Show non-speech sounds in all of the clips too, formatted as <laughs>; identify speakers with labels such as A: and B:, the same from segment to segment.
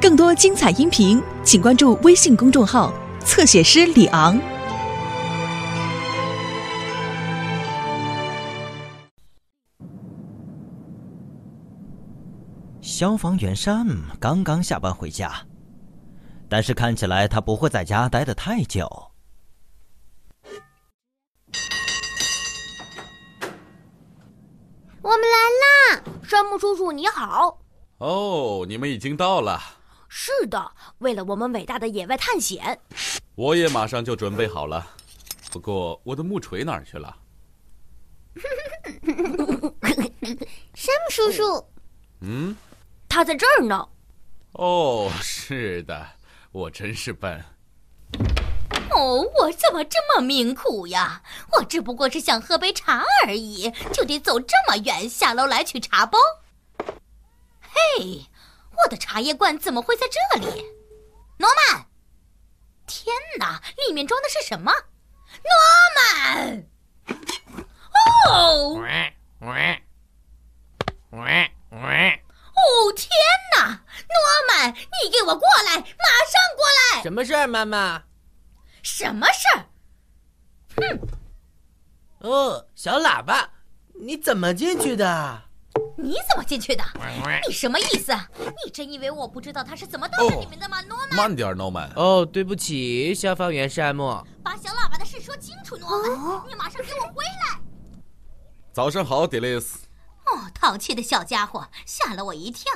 A: 更多精彩音频，请关注微信公众号“侧写师李昂
B: 消防员 Sam 刚刚下班回家，但是看起来他不会在家待得太久。
C: 我们来啦！山姆叔叔你好。
D: 哦，你们已经到了，
C: 是的，为了我们伟大的野外探险，
D: 我也马上就准备好了。不过我的木锤哪儿去了？
E: 山姆叔叔，
D: 嗯，
C: 他在这儿呢。
D: 哦，是的，我真是笨。
F: 哦，我怎么这么命苦呀？我只不过是想喝杯茶而已，就得走这么远下楼来取茶包。嘿，我的茶叶罐怎么会在这里？诺曼，天哪，里面装的是什么？诺曼，哦哦天哪，诺曼，你给我过来，马上过来！
G: 什么事儿，妈妈？
F: 什么事儿？
G: 哦，小喇叭，你怎么进去的？
F: 你怎么进去的？你什么意思？你真以为我不知道他是怎么到这里面的吗？诺曼，
D: 慢点儿，诺曼。
G: 哦，对不起，消防员山姆。
F: 把小喇叭的事说清楚，
E: 哦
F: 诺曼，你马上给我回来！
D: 早上好，迪丽斯。
F: 哦，淘气的小家伙，吓了我一跳。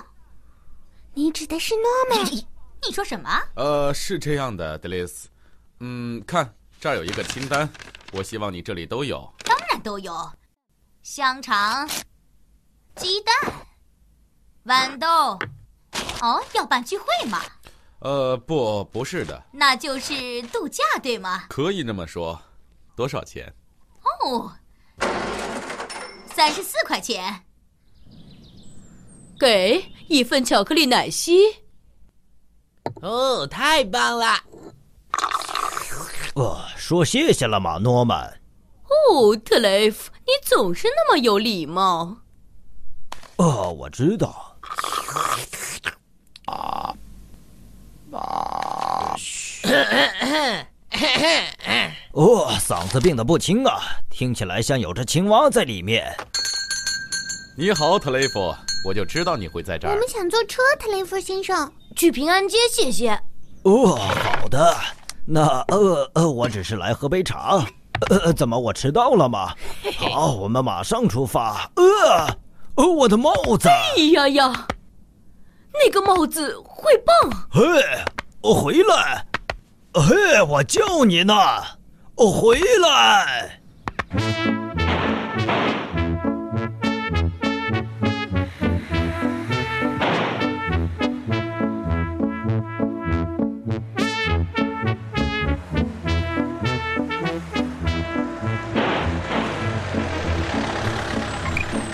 E: 你指的是诺曼？
F: 你说什么？
D: 呃，是这样的，迪丽斯。嗯，看这儿有一个清单，我希望你这里都有。
F: 当然都有，香肠、鸡蛋、豌豆。哦，要办聚会嘛？
D: 呃，不，不是的，
F: 那就是度假，对吗？
D: 可以那么说。多少钱？
F: 哦，三十四块钱，给一份巧克力奶昔。
G: 哦，太棒了！
B: 呃，说谢谢了吗，诺曼？
F: 哦，特雷弗，你总是那么有礼貌。
B: 哦，我知
G: <coughs>
B: 道。啊啊！哦，嗓子病得不轻啊，听起来像有只青蛙在里面。
D: 你好，特雷弗，我就知道你会在这
E: 我
D: 儿
E: 们。想坐车，特雷弗先生。
C: 去平安街，谢谢。
B: 哦，好的。那呃呃，我只是来喝杯茶。呃，怎么我迟到了吗？好，我们马上出发。呃，哦，我的帽子，
F: 哎呀呀，那个帽子会啊蹦！
B: 嘿，我回来，嘿，我叫你呢，我回来。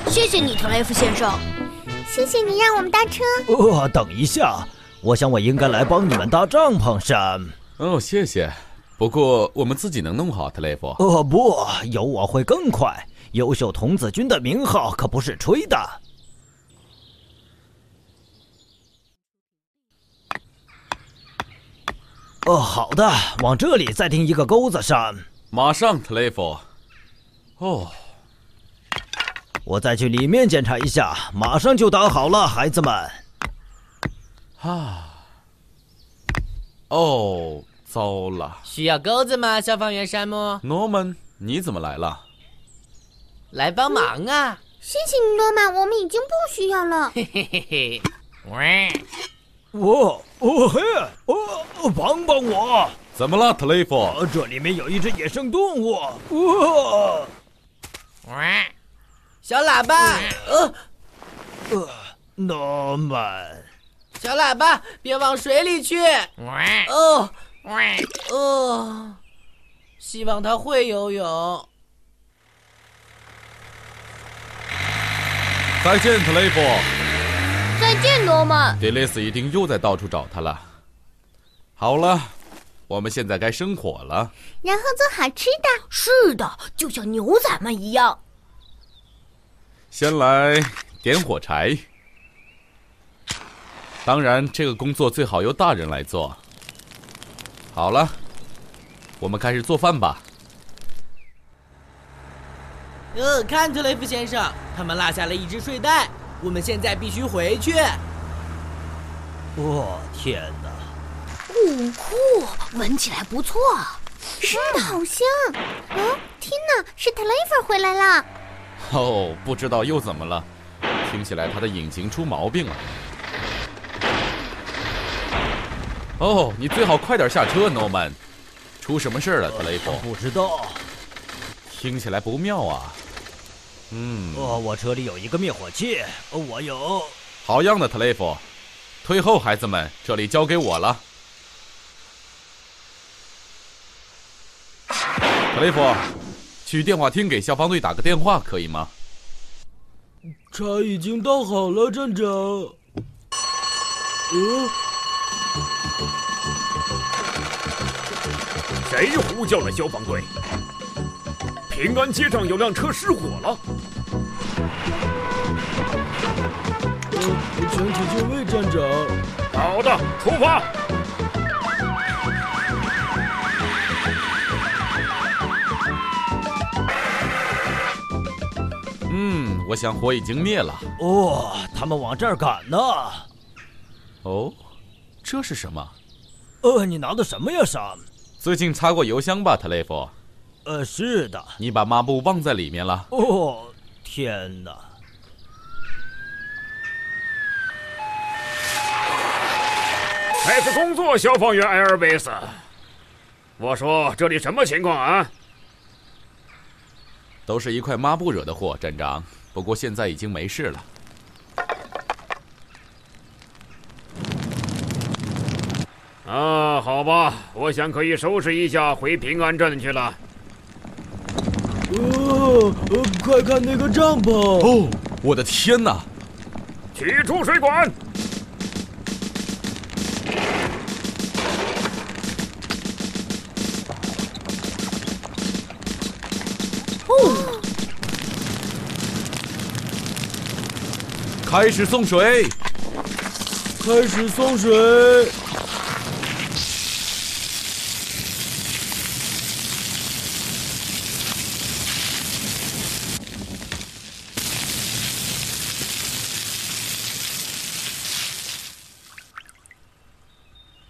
C: 谢谢你，特雷弗先生。
E: 谢谢你让我们搭车。
B: 哦，等一下，我想我应该来帮你们搭帐篷，山。
D: 哦，谢谢。不过我们自己能弄好，特雷弗。
B: 哦不，有我会更快。优秀童子军的名号可不是吹的。哦，好的，往这里再钉一个钩子上，
D: 马上，特雷弗。哦，
B: 我再去里面检查一下，马上就搭好了，孩子们。
D: 啊，哦，糟了。
G: 需要钩子吗，消防员山姆？
D: Norman，你怎么来了？
G: 来帮忙啊！ <laughs>
E: 谢谢你，诺曼，我们已经不需要
F: <laughs>
E: 了。
G: 嘿嘿嘿。
B: 哦哦嘿，哦哦帮帮我！
D: 怎么了，特雷弗？
B: 哦，这里面有一只野生动物。哦，
G: 小喇叭，呃，
B: 诺曼。
G: 小喇叭，别往水里去。哦，哦，希望它会游泳。
D: 再见，特雷弗。
C: 再见，诺曼。
D: 迪丽斯一定又在到处找他了。好了，我们现在该生火了。
E: 然后做好吃的。
C: 是的，就像牛仔们一样。
D: 先来点火柴。当然，这个工作最好由大人来做。好了，我们开始做饭吧。
G: 呃，看特雷弗先生，他们落下了一只睡袋，我们现在必须回去。
B: 我哦天哪！
E: 哦
F: 五酷，闻起来不错。
E: 是的，好香。嗯，天哪，是 t 雷 l 回来了。
D: 哦，不知道又怎么了？听起来它的引擎出毛病啊了。哦，你最好快点下车，Norman。出什么事儿了，特雷弗？
B: 不知道，
D: 听起来不妙啊。嗯，
B: 哦，我车里有一个灭火器，哦我有。
D: 好样的，特雷弗。退后，孩子们，这里交给我了。特雷弗，去电话厅给消防队打个电话，可以吗？
G: 茶已经倒好了，站长。呃嗯，
H: 谁呼叫了消防队？平安街上有辆车失火了，
G: 呃，请请就位，站长。
H: 好的，出发。
D: 嗯，我想火已经灭了。
B: 哦，他们往这儿赶呢。
D: 哦，这是什么？
B: 呃，你拿的什么呀，sam？
D: 最近擦过油箱吧，特雷弗？
B: 呃，是的。
D: 你把抹布忘在里面了。
B: 哦，天哪！
H: 开始工作，消防员艾尔维斯。我说这里什么情况啊？
D: 都是一块抹布惹的祸，站长。不过现在已经没事了。
H: 啊，好吧，我想可以收拾一下，回平安镇去了。
G: 哦，呃，快看那个帐篷！
D: 哦，我的天哪！
H: 取出水管。
D: 开始送水。
G: 开始送水。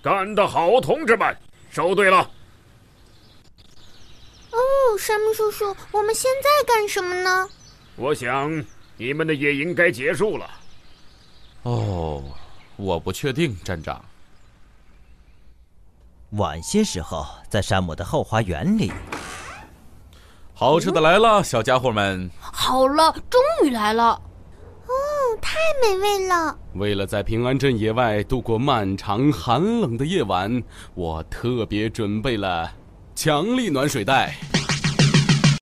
H: 干得好，同志们！收队了。
E: 哦，山姆叔叔，我们现在干什么呢？
H: 我想你们的野营该结束了。
D: 哦，我不确定，站长。
B: 晚些时候，在山姆的后花园里，
D: 好吃的来了，小家伙们！
F: 好了，终于来了。
E: 哦，太美味了。
I: 为了在平安镇野外度过漫长寒冷的夜晚，我特别准备了强力暖水袋。